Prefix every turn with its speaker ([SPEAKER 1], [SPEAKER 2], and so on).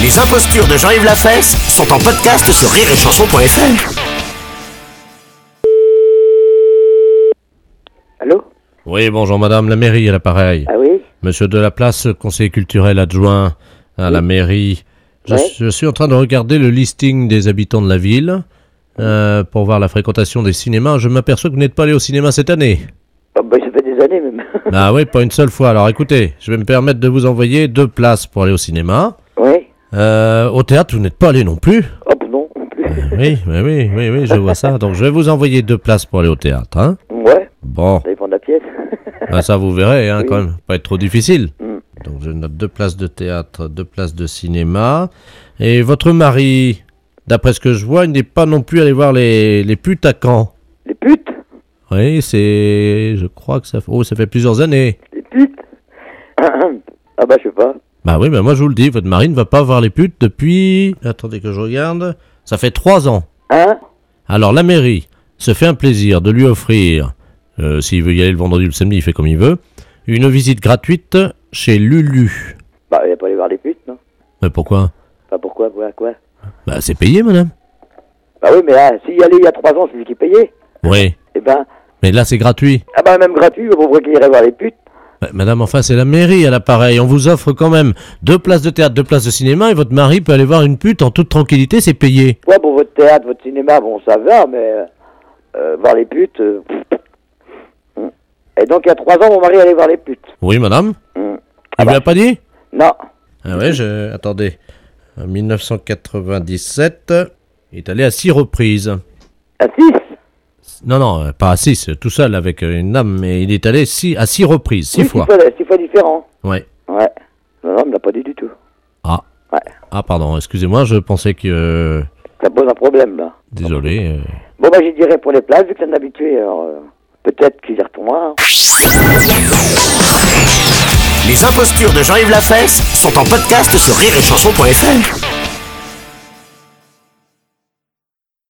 [SPEAKER 1] Les impostures de Jean-Yves Lafesse sont en podcast sur rireetchanson.fr.
[SPEAKER 2] Allô
[SPEAKER 3] Oui, bonjour madame, la mairie à l'appareil.
[SPEAKER 2] Ah oui
[SPEAKER 3] Monsieur Delaplace, conseiller culturel adjoint à la mairie. Je,
[SPEAKER 2] Ouais.
[SPEAKER 3] je suis en train de regarder le listing des habitants de la ville euh, pour voir la fréquentation des cinémas. Je m'aperçois que vous n'êtes pas allé au cinéma cette année.
[SPEAKER 2] Ah bah, Ça fait des années même.
[SPEAKER 3] Ah oui, pas une seule fois. Alors écoutez, je vais me permettre de vous envoyer deux places pour aller au cinéma.
[SPEAKER 2] oui
[SPEAKER 3] Euh, au théâtre, vous n'êtes pas allé non plus.
[SPEAKER 2] Hop, non, non plus.
[SPEAKER 3] Oui, oui, oui, oui, oui, je vois ça. Donc je vais vous envoyer deux places pour aller au théâtre. Hein
[SPEAKER 2] Ouais,
[SPEAKER 3] bon.
[SPEAKER 2] ça dépend de la pièce.
[SPEAKER 3] Ah, ça, vous verrez, hein,
[SPEAKER 2] Oui.
[SPEAKER 3] quand même. Pas être trop difficile.
[SPEAKER 2] Mm.
[SPEAKER 3] Donc, je note deux places de théâtre, deux places de cinéma. Et votre mari, d'après ce que je vois, il n'est pas non plus allé voir les, les putes à Caen.
[SPEAKER 2] Les putes
[SPEAKER 3] Oui, c'est. Je crois que ça fait. Oh, ça fait plusieurs années.
[SPEAKER 2] Les putes Ah bah je sais pas.
[SPEAKER 3] Bah oui, mais moi, je vous le dis, votre mari ne va pas voir les putes depuis. Attendez que je regarde. Ça fait trois ans.
[SPEAKER 2] Hein
[SPEAKER 3] Alors, la mairie se fait un plaisir de lui offrir, euh, s'il veut y aller le vendredi ou le samedi, il fait comme il veut, une visite gratuite chez Lulu.
[SPEAKER 2] Bah il va pas aller voir les putes, non
[SPEAKER 3] Mais pourquoi
[SPEAKER 2] Enfin pourquoi, pourquoi, quoi
[SPEAKER 3] Bah, c'est payé, madame.
[SPEAKER 2] Bah oui, mais là, s'il y allait il y a trois ans, c'est lui qui payait.
[SPEAKER 3] Oui,
[SPEAKER 2] Eh ben,
[SPEAKER 3] mais là, c'est gratuit.
[SPEAKER 2] ah bah même gratuit, pourquoi qu'il irait voir les putes
[SPEAKER 3] Bah, madame, enfin, c'est la mairie à l'appareil. On vous offre quand même deux places de théâtre, deux places de cinéma, et votre mari peut aller voir une pute en toute tranquillité, c'est payé.
[SPEAKER 2] Ouais, pour votre théâtre, votre cinéma, bon, ça va, mais euh, euh, voir les putes... euh, hmm. Et donc il y a trois ans, mon mari allait voir les putes.
[SPEAKER 3] Oui, madame
[SPEAKER 2] Hmm.
[SPEAKER 3] Elle vous l'a pas dit
[SPEAKER 2] Non,
[SPEAKER 3] Ah oui, je... Attendez. En 1997, il est allé à six reprises.
[SPEAKER 2] à six
[SPEAKER 3] Non, non, euh, pas à six, euh, tout seul avec euh, une dame, mais il est allé six- à six reprises, six
[SPEAKER 2] Oui,
[SPEAKER 3] fois.
[SPEAKER 2] Six fois différent.
[SPEAKER 3] Ouais.
[SPEAKER 2] Ouais. Non, non, il me l'a pas dit du tout.
[SPEAKER 3] Ah,
[SPEAKER 2] Ouais.
[SPEAKER 3] ah pardon, excusez-moi, je pensais que... euh,
[SPEAKER 2] Ça pose un problème, là.
[SPEAKER 3] Désolé. euh,
[SPEAKER 2] Bon, bah, je dirais pour les places, vu que c'est un habitué, alors euh, peut-être qu'ils y retournera. hein.
[SPEAKER 1] Les impostures de Jean-Yves Lafesse sont en podcast sur rireetchanson.fr.